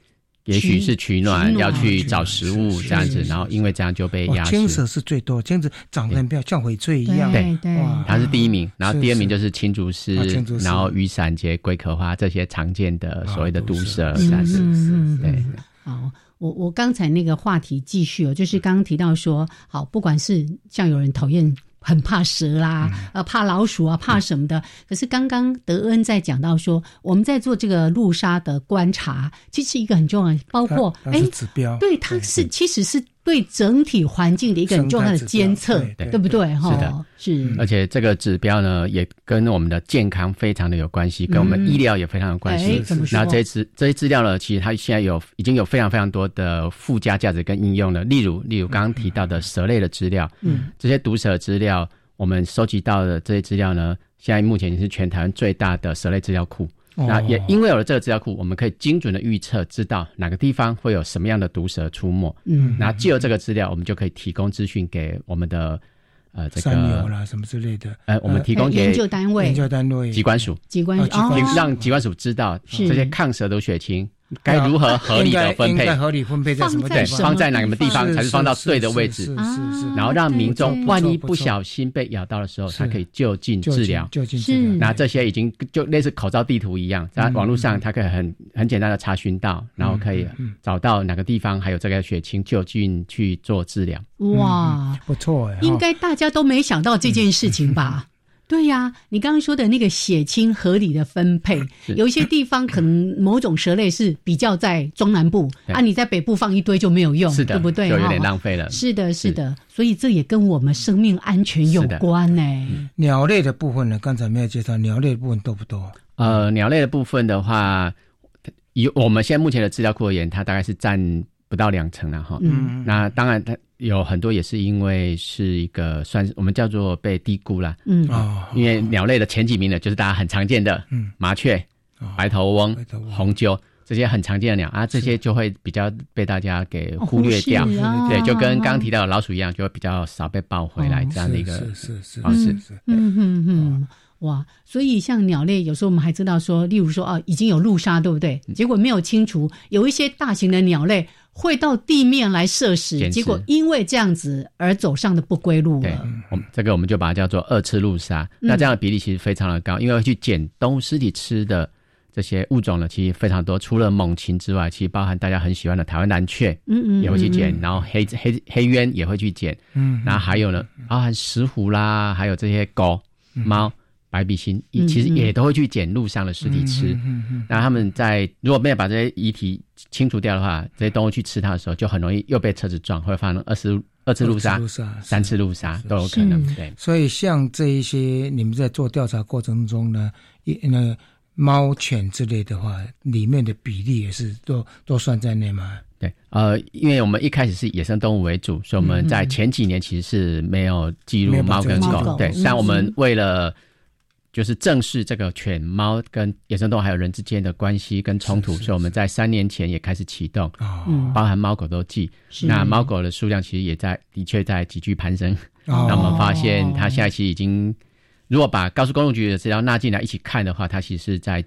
也许是取暖，
取暖
要去找食物这样子，然后因为这样就被
哦
压
青
死
蛇。是最多，青蛇长得很漂亮，像翡翠一样，
对对
哇
它是第一名，然后
是
第二名
是
就是青竹
啊
丝
青竹，丝啊
然后雨伞节、龟壳花这些常见
哦
的所谓的毒蛇这样
嗯
子。
嗯嗯
对，
好，我我刚才那个话题继续哦，就是刚刚提到说，好，不管是像有人讨厌。很怕蛇啦、呃，怕老鼠啊，怕什么的。可是刚刚德恩在讲到说，我们在做这个路杀的观察，其实一个很重要的，包括
它它
哎
是，指标，
对，它是其实是对整体环境的一个很重要的监测
生态指，标对
对不对？
是的嗯
哈，是
而且这个指标呢，也跟我们的健康非常的有关系，跟我们
嗯
医疗也非常有关
哎
系
怎么。说
那这些资这些资料呢，其实它现在有已经有非常非常多的附加价值跟应用了。例如，例如刚刚提到的蛇类的资料，
嗯，
这些毒蛇的资料，我们收集到的这些资料呢，现在目前也是全台湾最大的蛇类资料库。
哦
那也因为有了这个资料库，我们可以精准的预测，知道哪个地方会有什么样的毒蛇出没。
嗯
那既有这个资料，我们就可以提供资讯给我们的呃这个
山牛啦什么之类的，
呃，我们提供
哎研
给
究单
研
位、
究单位
机关署，
机关
啊
哦
机
让机关署知道
是
这些抗蛇毒血清该如何合理的分
应该
配？
合理分配在什么地
对，
方？
放在哪啊个地方才是放到对的位置？
是是是，
然后让民众
对
万一
不错
不
错
小心被咬到的时候，
是
他可以就近治疗。
就近就近治疗是
那这些已经就类似口罩地图一样，在
嗯
网络上他可以很很简单的查询到，然后可以
嗯嗯
找到哪个地方还有这个血清，就近去做治疗。
哇，
不错哎，
应该大家都没想到这件事情 吧？对呀、你刚刚说的那个血清合理的分配，
是
有一些地方可能某种蛇类是比较在中南部，
对
啊，你在北部放一堆就没有用，
哎是的，
对不对？
就有点
哈
浪费嗯了。
是的，是的，所以这也跟我们生命安全有关呢、
嗯
鸟类的部分呢，刚才没有介绍，鸟类的部分多不多？
呃，鸟类的部分的话，以我们现在目前的资料库而言，它大概是占不到两成了哈。
嗯
那当然它有很多也是因为是一个算是我们叫做被低估啦。
嗯
哦，
因为鸟类的前几名呢，就是大家很常见的，
嗯，
麻雀、白头翁、红鸠这些很常见的鸟啊，这些就会比较被大家给忽略
哦
掉，
忽视啊
对，就跟刚提到的老鼠一样，就会比较少被抱回来这样的一个
哦是是是
方式。
嗯
啊
哼哼，哇！所以像鸟类，有时候我们还知道说，例如说啊，已经有路杀，对不对？
嗯
结果没有清除，有一些大型的鸟类会到地面来摄食，
捡食
结果因为这样子而走上的不归路
对
了。，
嗯
我们这个我们就把它叫做二次路杀。那这样的比例其实非常的高，因为会去捡东尸体吃的这些物种呢，其实非常多。除了猛禽之外，其实包含大家很喜欢的台湾蓝雀，
嗯嗯
也会去捡
嗯，嗯
然后黑黑黑鸢也会去捡，
嗯嗯
然后还有呢，包含石虎啦，还有这些狗、猫、白鼻星，也其实
嗯嗯
也都会去捡路上的尸体吃。
嗯嗯
那他们在如果没有把这些遗体清除掉的话，这些动物去吃它的时候，就很容易又被车子撞，会发生二次二次路杀
二次路杀、
三次路杀都有可能。
是
对，
所以像这一些你们在做调查过程中呢，一那个猫犬之类的话，里面的比例也是都都算在内吗？
对，呃，因为我们一开始是野生动物为主，所以我们在前几年其实是没有记
没
录
有把
猫
这个
跟
记录
狗，
嗯猫狗
对
嗯，
但我们
嗯
为了就是正视这个犬猫跟野生动物还有人之间的关系跟冲突，所以我们在三年前也开始启动，
嗯
包含猫狗都记。
是
那猫狗的数量其实也在的确在急剧攀升，
哦
那我们发现它现在其实已经，如果把高速公路局的资料纳进来一起看的话，它其实是在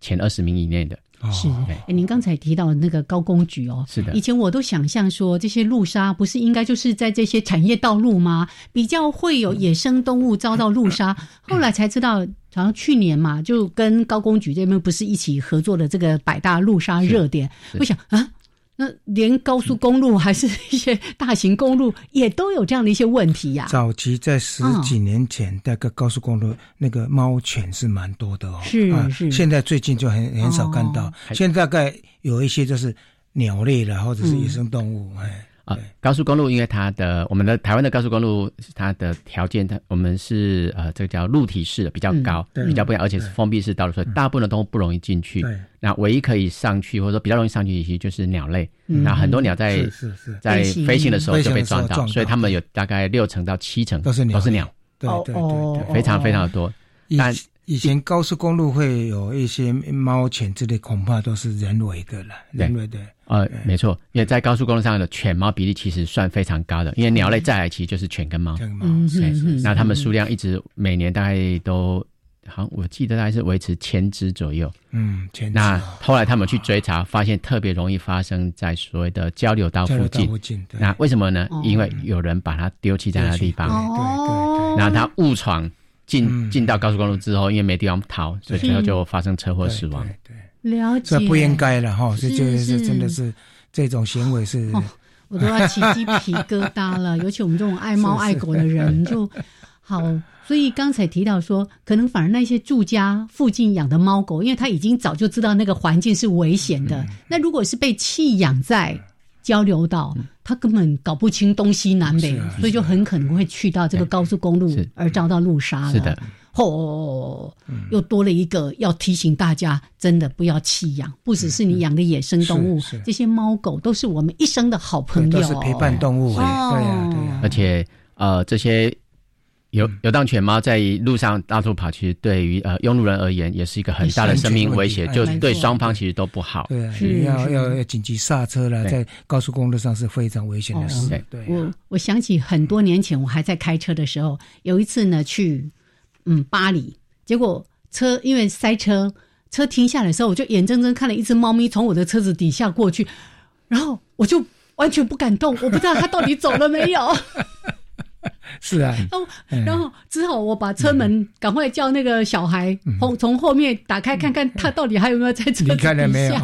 前二十名以内的。
哦
是，哎，您刚才提到那个高工局哦，
是的
以前我都想象说，这些路杀不是应该就是在这些产业道路吗？比较会有野生动物遭到路杀，后来才知道，好像去年嘛，就跟高工局这边不是一起合作的这个百大路杀热点，
是
我想啊。那连高速公路还是一些大型公路也都有这样的一些问题呀、
早期在十几年前，那个高速公路那个猫犬是蛮多的哦，
是
啊
是
现在最近就很很少看到
哦，
现在大概有一些就是鸟类了，或者是
嗯
野生动物，哎，
啊，高速公路因为它的我们的台湾的高速公路它的条件，它我们是呃这个叫路体式的比较高，
嗯对嗯
比较不一样，而且是封闭式道路，所以大部分的动物不容易进去。
哎对
那唯一可以上去或者说比较容易上去，其实就是鸟类。
嗯
那很多鸟在
是是是
在飞行的时候就被
飞行的
撞
时候撞
到，
到
所以他们有大概六成到七成
都是鸟哦
都是鸟，
对对对对，
非常非常的多。
以
哦但
以前高速公路会有一些猫犬之类，恐怕都是人为的了，
对
人为的。
呃，没错，因为在高速公路上的犬猫比例其实算非常高的，因为鸟类再来其实就是犬跟猫，
嗯
对
嗯嗯
那它们数量一直每年大概都，好像我记得大概是维持千只左右。
嗯，前
那后来他们去追查，发现特别容易发生在所谓的交流道
交
附
流道
近。
附近对
那为什么呢
哦？
因为有人把它丢弃在那地方，哦然后他误闯
嗯
进进到高速公路之后，因为没地方逃，所以
对
最后就发生车祸死亡。
了解，
这不应该了哈，这
是
就是
是
真的是这种行为是
哦我都要起鸡皮疙瘩 了。尤其我们这种爱猫爱狗的人，就好。所以刚才提到说，可能反而那些住家附近养的猫狗，因为它已经早就知道那个环境是危险的。
嗯
那如果是被弃养在交流道，它根本搞不清东西南北，所以就很可能会去到这个高速公路而遭到路杀了。
是的。
嗯
哦，又多了一个要提醒大家，真的不要弃养，不只是你养的野生动物
是是，
这些猫狗都是我们一生的好朋友，
对都是陪伴动
哦
物对啊对
而且呃，这些游
嗯
游荡犬猫在路上到处跑，其实对于呃用路人而言，也是一个很大的生命威胁，
也是安全
就
问题哎
对双方其实都不好。
对啊，
是
你要
是
要要紧急刹车了，
对
在高速公路上是非常危险的事。对，
我我想起很多年前，我还在开车的时候，有一次呢去嗯巴黎，结果车因为塞车，车停下来的时候，我就眼睁睁看了一只猫咪从我的车子底下过去，然后我就完全不敢动，我不知道它到底走了没有。
是啊，
然后、嗯、然后只好我把车门赶快叫那个小孩从、嗯、嗯从后面打开看看他到底还有没有在车底下。
你看了没 有？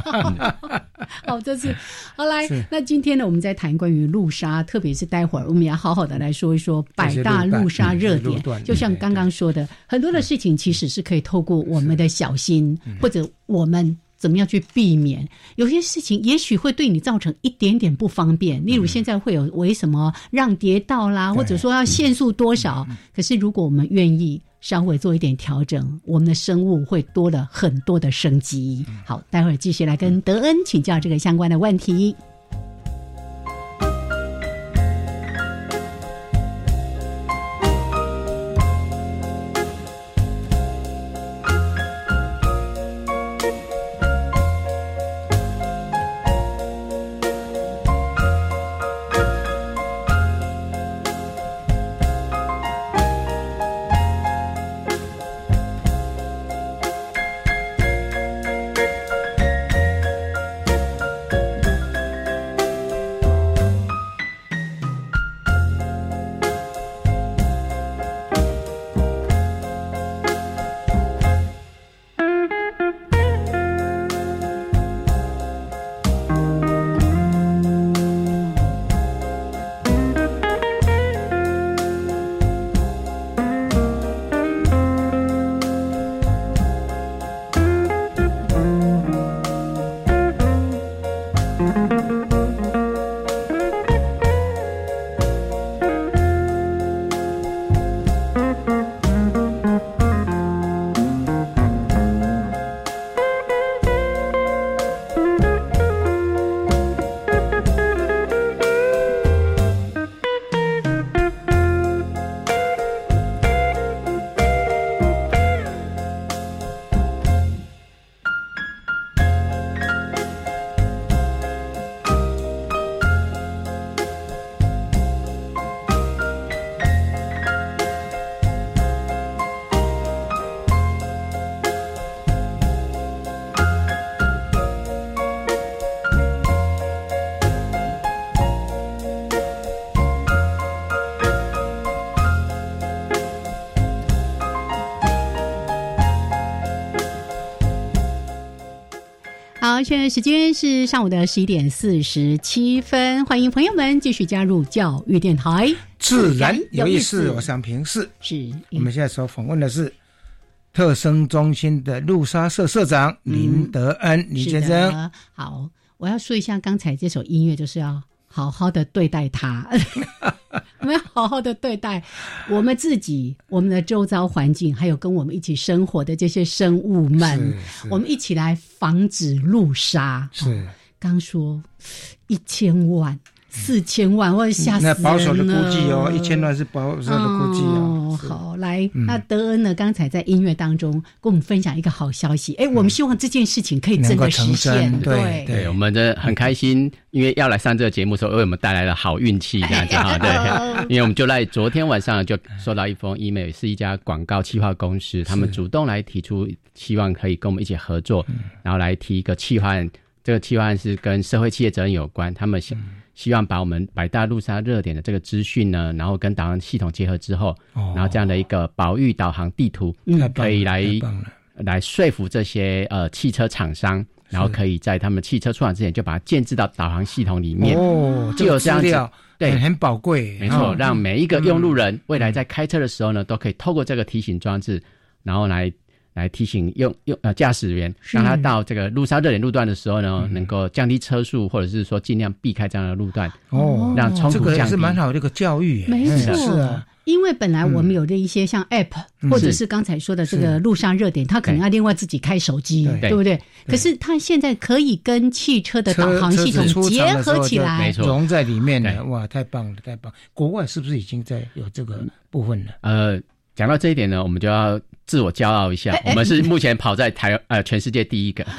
好，这 是好来。那今天呢，我们在谈关于路杀，特别是待会儿我们也要好好的来说一说百大路杀热点。嗯、就像刚刚说的，很多的事情其实是嗯可以透过我们的小心或者我们。怎么样去避免有些事情？也许会对你造成一点点不方便。例如现在会有为什么让跌道啦，嗯、或者说要限速多少。嗯、可是如果我们愿意稍微做一点调整，我们的生物会多了很多的生机。嗯、好，待会儿继续来跟德恩请教这个相关的问题。好，现在时间是上午的十一点四十七分，欢迎朋友们继续加入教育电台。
自然有意思，我想平视
是。
我们现在所访问的是特生中心的路沙社社长林德恩、嗯、林先生。
好，我要说一下刚才这首音乐，就是要好好的对待 它。我们要好好的对待我们自己、我们的周遭环境，还有跟我们一起生活的这些生物们，我们一起来防止路杀。
是、哦，
刚说一千万、四千万，我吓死人了、嗯。
那保守的估计哦，一千万是保守的估计哦。
哦好，来，嗯、那德恩呢？刚才在音乐当中跟我们分享一个好消息，
嗯
哎，我们希望这件事情可以真的实现。
对
对，我们真的很开心。因为要来上这个节目的时候，为我们带来了好运气，这 样子哈，对。因为我们就在昨天晚上就收到一封 email，是一家广告企划公司，他们主动来提出希望可以跟我们一起合作，然后来提一个企划案。这个企划案是跟社会企业责任有关，他们希希望把我们百大路杀热点的这个资讯呢，然后跟导航系统结合之后，哦、然后这样的一个保育导航地图，
嗯、
可以来来说服这些呃汽车厂商。然后可以在他们汽车出厂之前就把它建置到导航系统里面
哦，
就有这样子，对，
很宝贵，哦
没错，让每一个用路人未来在开车的时候呢，都可以透过这个提醒装置，然后来来提醒用用呃驾驶员，让他到这个路杀热点路段的时候呢，能够降低车速，或者是说尽量避开这样的路段
哦，
让冲突降低，这
个是蛮好的一个教育，
没错，
是啊。
因为本来我们有的一些像 App，、嗯、或者是刚才说的这个路上热点，它可能要另外自己开手机，
对,
对不对？可是它现在可以跟汽车的导航系统结合起来，
融在里面了。哇，太棒了，太棒！国外是不是已经在有这
嗯
个部分了？
呃，讲到这一点呢，我们就要自我骄傲一下，哎哎我们是目前跑在台 呃全世界第一个。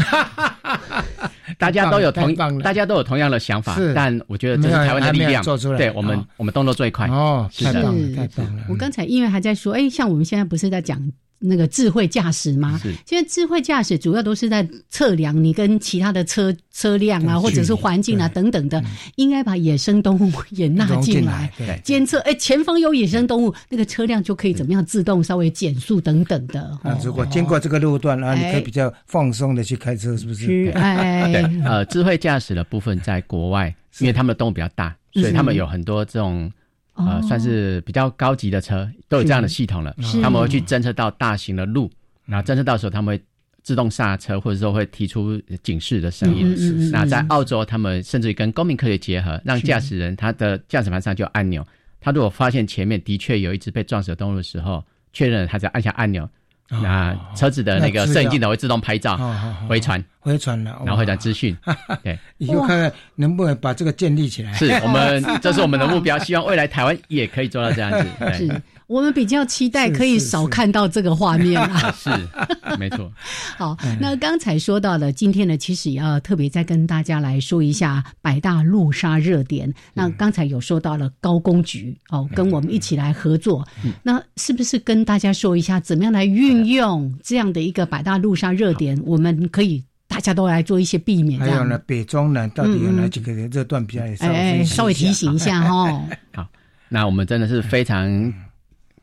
大家都有同，大家都有同样的想法，但我觉得这是台湾的力量。对我们，我们动作最快。
哦，太棒了，太棒了！
我刚才因为还在说，哎，像我们现在不是在讲那个智慧驾驶吗？现在智慧驾驶主要都是在测量你跟其他的车车辆啊，或者是环境啊等等的，应该把野生动物也
嗯
纳进来，监测哎前方有野生动物，那个车辆就可以怎么样自动稍微减速等等的。
那如果经过这个路段啊，你可以比较放松的去开车，是不是？
哎，
对，呃，智慧驾驶的部分在国外，因为他们的动物比较大，所以他们有很多这种。呃，算是比较高级的车，都有这样的系统了。他们会去侦测到大型的路，然后侦测到的时候，他们会自动刹车，或者说会提出警示的声音。那在澳洲，他们甚至跟公民科学结合，让驾驶人他的驾驶盘上就有按钮。他如果发现前面的确有一只被撞死的动物的时候，确认了他只要按下按钮，
哦
那车子的那个摄影镜头会自动拍照回传。
回传了，
然后回传资讯。对，
以后看看能不能把这个建立起来。
是我们，这是我们的目标，希望未来台湾也可以做到这样子。
是我们比较期待可以少看到这个画面啊啦。
是，没错。
好，那刚才说到的，今天呢，其实也要特别再跟大家来说一下百大路杀热点。那刚才有说到了高工局哦，跟我们一起来合作，那是不是跟大家说一下，怎么样来运用这样的一个百大路杀热点，我们可以。大家都来做一些避免。
还有呢，北中南到底有哪几个热段比较？
哎，稍微提醒一下哦哈。
好，那我们真的是非常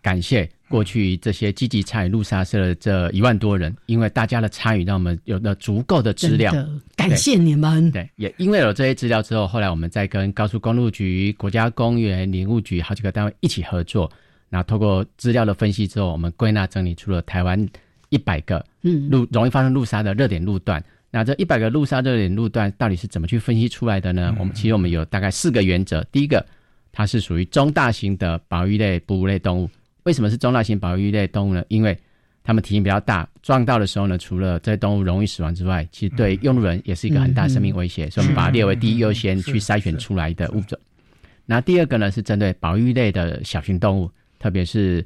感谢过去这些积极参与路杀社的这一万多人，因为大家的参与，让我们有了足够的资料。
感谢你们。
对，也因为有这些资料之后，后来我们再跟高速公路局、国家公园林务局好几个单位一起合作，然后透过资料的分析之后，我们归纳整理出了台湾。一百个
嗯
路容易发生路杀的热点路段，那这一百个路杀热点路段到底是怎么去分析出来的呢？我们其实我们有大概四个原则。第一个，它是属于中大型的保育类哺乳类动物。为什么是中大型保育类动物呢？因为它们体型比较大，撞到的时候呢，除了这些动物容易死亡之外，其实对用路人也是一个很大生命威嗯胁，嗯、嗯所以我们把它列为第一优先去筛选出来的物种。那第二个呢，是针对保育类的小型动物，特别是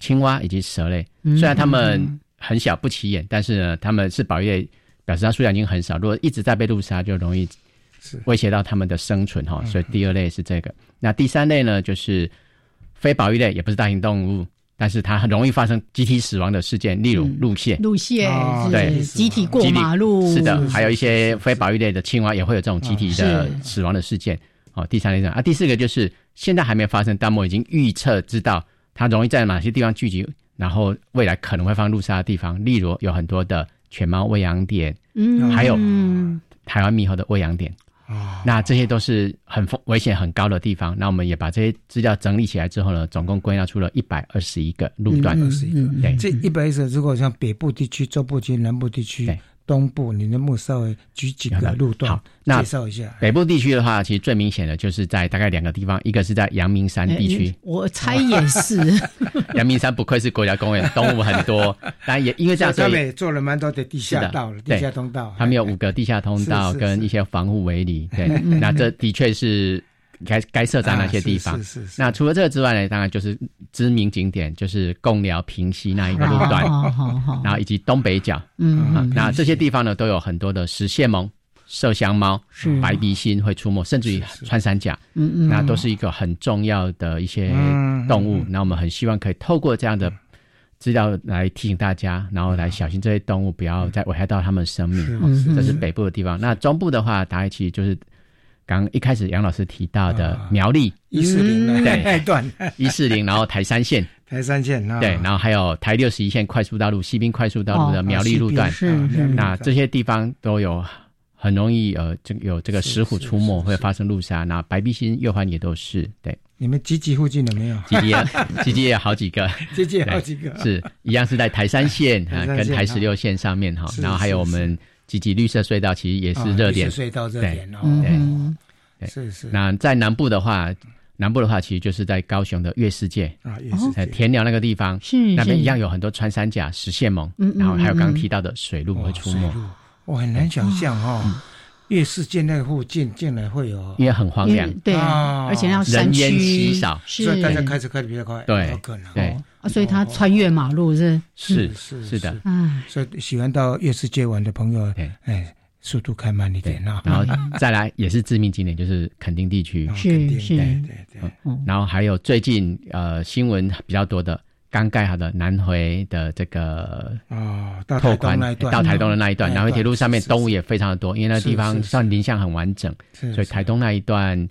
青蛙以及蛇类，
嗯
虽然它们。很小不起眼，但是呢，他们是保育类，表示它数量已经很少。如果一直在被路杀，就容易威胁到它们的生存哈。所以第二类是这个。那第三类呢，就是非保育类，也不是大型动物，但是它很容易发生集体死亡的事件，例如路线、
路线
对
集体过马路
是的，还有一些非保育类的青蛙也会有这种集体的死亡的事件。哦，第三类是啊，第四个就是现在还没发生，但我已经预测知道它容易在哪些地方聚集。然后未来可能会放入沙的地方，例如有很多的犬猫喂养点，嗯，还有台湾猕猴的喂养点，哦，那这些都是很危险很高的地方。那我们也把这些资料整理起来之后呢，总共归纳出了一百二十一个路段，
二十一个。对，这一百二十，如果像北部地区、中部区、南部地区、东部，你能不能稍微举几个路段？
好，那
介绍一下。
北部地区的话，其实最明显的就是在大概两个地方，一个是在阳明山地
哎
区，
哎我猜也是。
阳明山不愧是国家公园，动物很多，但也因为这样，
他们也做了蛮多的地下道了，地下通道。哎
他们有五个地下通道跟一些防护围篱，
嗯
对，那这的确是该该设在那些地方。
啊是是。
那除了这个之外呢，当然就是知名景点，就是贡寮、平溪 那一个路
哦
段，
啊
然后以及东北角，嗯，那这些地方呢都有很多的石蟹獴、麝香猫、白鼻心会出没，甚至于穿山甲，嗯嗯，那都是一个很重要的一些动物。那我们很希望可以透过这样的资料来提醒大家，然后来小心这些动物，不要再危害到它们的生命。哦
嗯
这是嗯北部的地方。那中部的话，大概其实就是刚一开始杨老师提到的苗栗
一四零
对 段一四零，然后台山县。
台三线啊
对，然后还有台六十一线快速道路、西滨快速道
哦
路的苗栗路段，那这些地方都有。很容易呃，这有这个石虎出没，会发生路杀。那白鼻心、右环也都是对。
你们集集附近有没有？
集集集集也好几个，
集集好几个，
是一样是在台山县啊，跟台十六线上面哈。然后还有我们集集绿色隧道，其
啊
实也是热点，
隧道热点哦。
嗯
对，
是是。
那在南部的话，南部的话其实就是在高雄的月世界
啊，月
哦
世界
田寮那个地方，
是
那边一样有很多穿山甲、石蟹獴，然后还有刚刚提到的水鹿
哦嗯
会出没。
我很难想
嗯
象哈、哦，夜市街那附近竟然会有，
因为很荒凉，
对，而且要
啊人烟稀少，
啊所啊以大家开车开的比较快，
对，
有可能，哦
对，
啊，所以他穿越马路是
是是是的，
嗯，所以喜欢到夜市街玩的朋友，哎，速度开慢一点啊，哦
然后再来也是致命景点，就是垦丁地区，
是是，
嗯
对对对，
然后还有最近呃新闻比较多的。刚盖好的南回的这个
哦，到台东那一段，
到台东的那一段，
嗯
南回铁路上面
是是
动物也非常的多，因为那个地
是
方
是
算林相很完整，
是
所以台东那一段，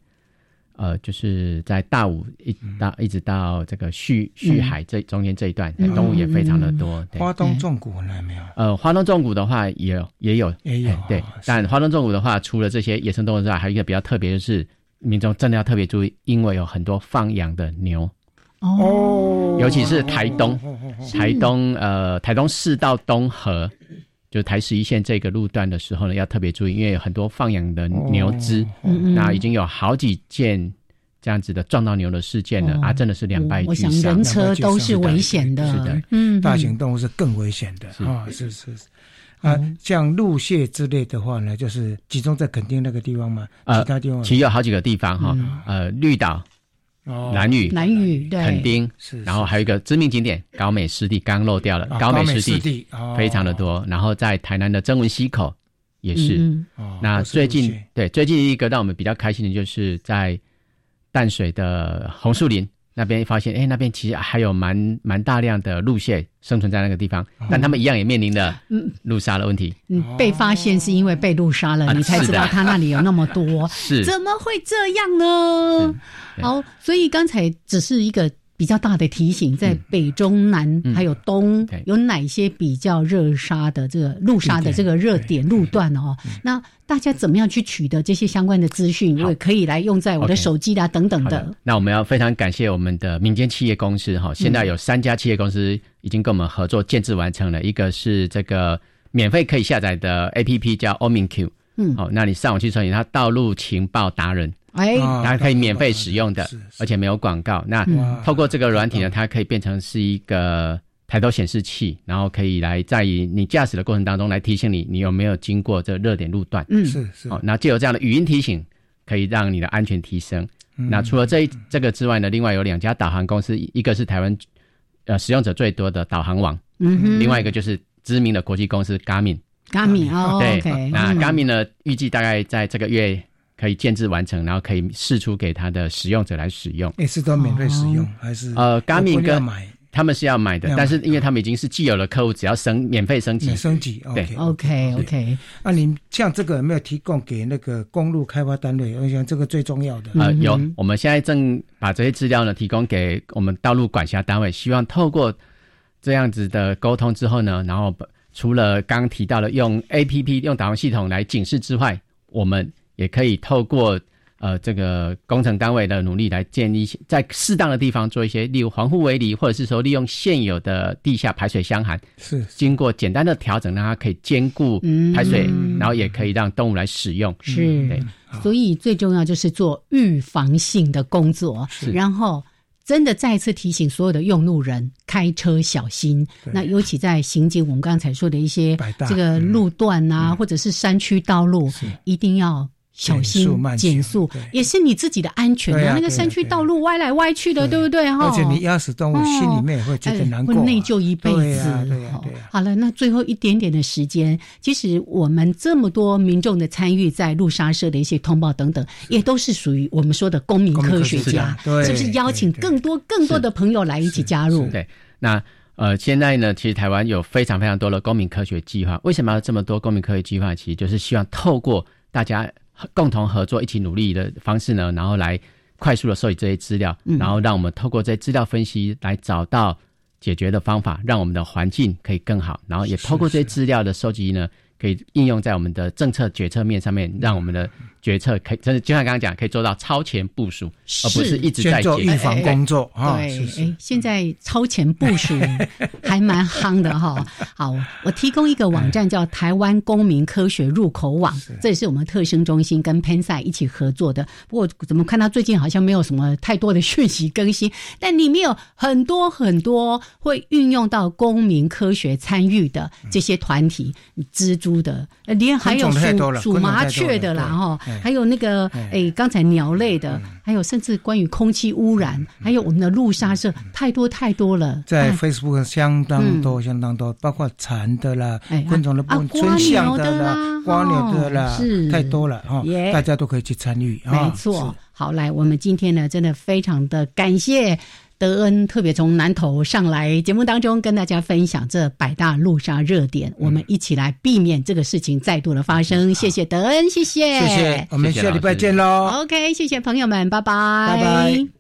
呃，就是在大武一
嗯
到一直到这个旭旭海这中间这一段，
嗯
动物也非常的多。对
花东纵谷呢没有？
呃，花东纵谷的话也有也有
也有啊
哎对，但花东纵谷的话，除了这些野生动物之外，还有一个比较特别，就是民众真的要特别注意，因为有很多放养的牛，
哦
尤其是台东，
是
台东呃台东市到东河，就是台十一线这个路段的时候呢，要特别注意，因为有很多放养的牛只，
哦
嗯
那已经有好几件。这样子的撞到牛的事件呢，
哦
啊，真的是两败
我
俱
想
嗯
伤。
人车都是危险的，
是的，
嗯，
大型动物是更危险的啊，是是是。
嗯
啊，像鹿蟹之类的话呢，就是集中在垦丁那个地方嘛，
呃
其他地方
其实有好几个地方哈，呃，绿岛、
嗯哦
蓝屿、
蓝屿对
垦丁
是，
然后还有一个知名景点高美湿地，刚漏掉了
啊，
高
高美
美
湿
湿
地
地
哦
非常的多，然后在台南的曾文溪口也是
嗯嗯哦。
那
都是
最
路
近
线
对最近一个让我们比较开心的就是在淡水的红树林。那边发现，哎、那边其实还有蛮蛮大量的鹿蟹生存在那个地方，
哦
但他们一样也面临着
嗯
路杀的问题。
你嗯被发现是因为被路杀了，
啊
你才知
是的
道他那里有那么 多，
是哎
怎么会这样呢？好，所以刚才只是一个比较大的提醒，在北中南
嗯
还有东
对
有哪些比较热杀的这个路杀的这个热点路段哦？
嗯
那大家怎么样去取得这些相关的资讯？我也可以来用在我的
OK
手机啊等等
好
的。
那我们要非常感谢我们的民间企业公司哈，现在有三家企业公司已经跟我们合作建制完成了，一个是这个免费可以下载的 APP 叫 OminQ，
嗯
好、那你上网去搜寻它道路情报达人。
哎
啊
它可以免费使用的，而且没有广告。那
嗯
透过这个软体呢，它可以变成是一个抬头显示器，然后可以来在于你驾驶的过程当中来提醒你，你有没有经过这热点路段。
嗯
是是
哦，那借由这样的语音提醒，可以让你的安全提升。
嗯
那除了这一这个之外呢，另外有两家导航公司，一个是台湾呃使用者最多的导航网，
嗯哼
另外一个就是知名的国际公司 Garmin。
Gami 哦
对
哎
，OK，
那
嗯
Garmin 呢，预计大概在这个月可以建制完成，然后可以释出给它的使用者来使用。
也是都免费使用，
哦
还是
呃
有
，Garmin
不要
跟
买
他们是要买的
要，买
但是因为他们已经是既有的客户，只要升免费升级，
免升级
对
OK
OK OK，
啊，您像这个有没有提供给那个公路开发单位？我想这个最重要的。
呃，有，我们现在正把这些资料呢提供给我们道路管辖单位，希望透过这样子的沟通之后呢，然后把除了刚提到的用 A P P 用导航系统来警示之外，我们也可以透过呃这个工程单位的努力来建立一些在适当的地方做一些，例如防护围篱，或者是说利用现有的地下排水箱涵，
是
经过简单的调整，让它可以兼顾
嗯
排水，然后也可以让动物来使用。
是
嗯对。
所以最重要就是做预防性的工作，然后。真的再次提醒所有的用路人开车小心。那尤其在行经我们刚才说的一些
大嗯
这个路段啊，或者是山区道路，一定要小心
减速慢行
减速，也是你自己的安全
对
啊。那
啊
个
对啊
山区道路歪来歪去的，对不对？哈，
而且你压死动物，
哦
心里面也会觉得
哎
难过啊，
会内疚一辈
对
子。
啊对啊
哦
对啊
好了，那最后一点点的时间，其实我们这么多民众的参与，在路沙社的一些通报等等，也都是属于我们说的公民
公民
科
科
学
学
家
家，对
是不是邀请更多更多的朋友来一起加入？
对，那呃，现在呢，其实台湾有非常非常多的公民科学计划。为什么要这么多公民科学计划？其实就是希望透过大家共同合作、一起努力的方式呢，然后来快速的收集这些资料，
嗯
然后让我们透过这些资料分析来找到解决的方法，让我们的环境可以更好。然后也透过这些资料的收集呢。可以应用在我们的政策决策面上面，让我们的决策可以真的就像刚刚讲，可以做到超前部署，而不是一直在
先做
解决
预防工作
对，
啊，是是
哎，现在超前部 署还蛮夯的哈。好，我提供一个网站叫台湾公民科学入口网，这也是我们特生中心跟 Pensai 一起合作的。不过怎么看到最近好像没有什么太多的讯息更新，但里面有很多很多会运用到公民科学参与的
嗯
这些团体，蜘蛛的，呃连还有
昆虫太多
属
了
属
昆虫
麻
太多了
雀的啦
对
哈
哎，嗯
还有那个诶，刚才鸟类的，还有甚至关于空气污染，还有我们的路沙社，太多太多了。
在
啊
Facebook 相当多、相当多，包括蝉的啦、昆虫的部分、
啊
春
瓜
象
牛的啦
啦、瓜牛的
哦
啦，
是
太多了哈
耶，
大家都可以去参与啊。
没错，好来，我们今天呢，真的非常的感谢德恩特别从南投上来节目当中跟大家分享这百大路杀热点，我们一起来避免这个事情再度的发生。谢谢德恩，谢谢，
谢谢，我们下礼拜见喽。
OK，谢谢朋友们，拜拜，
拜拜。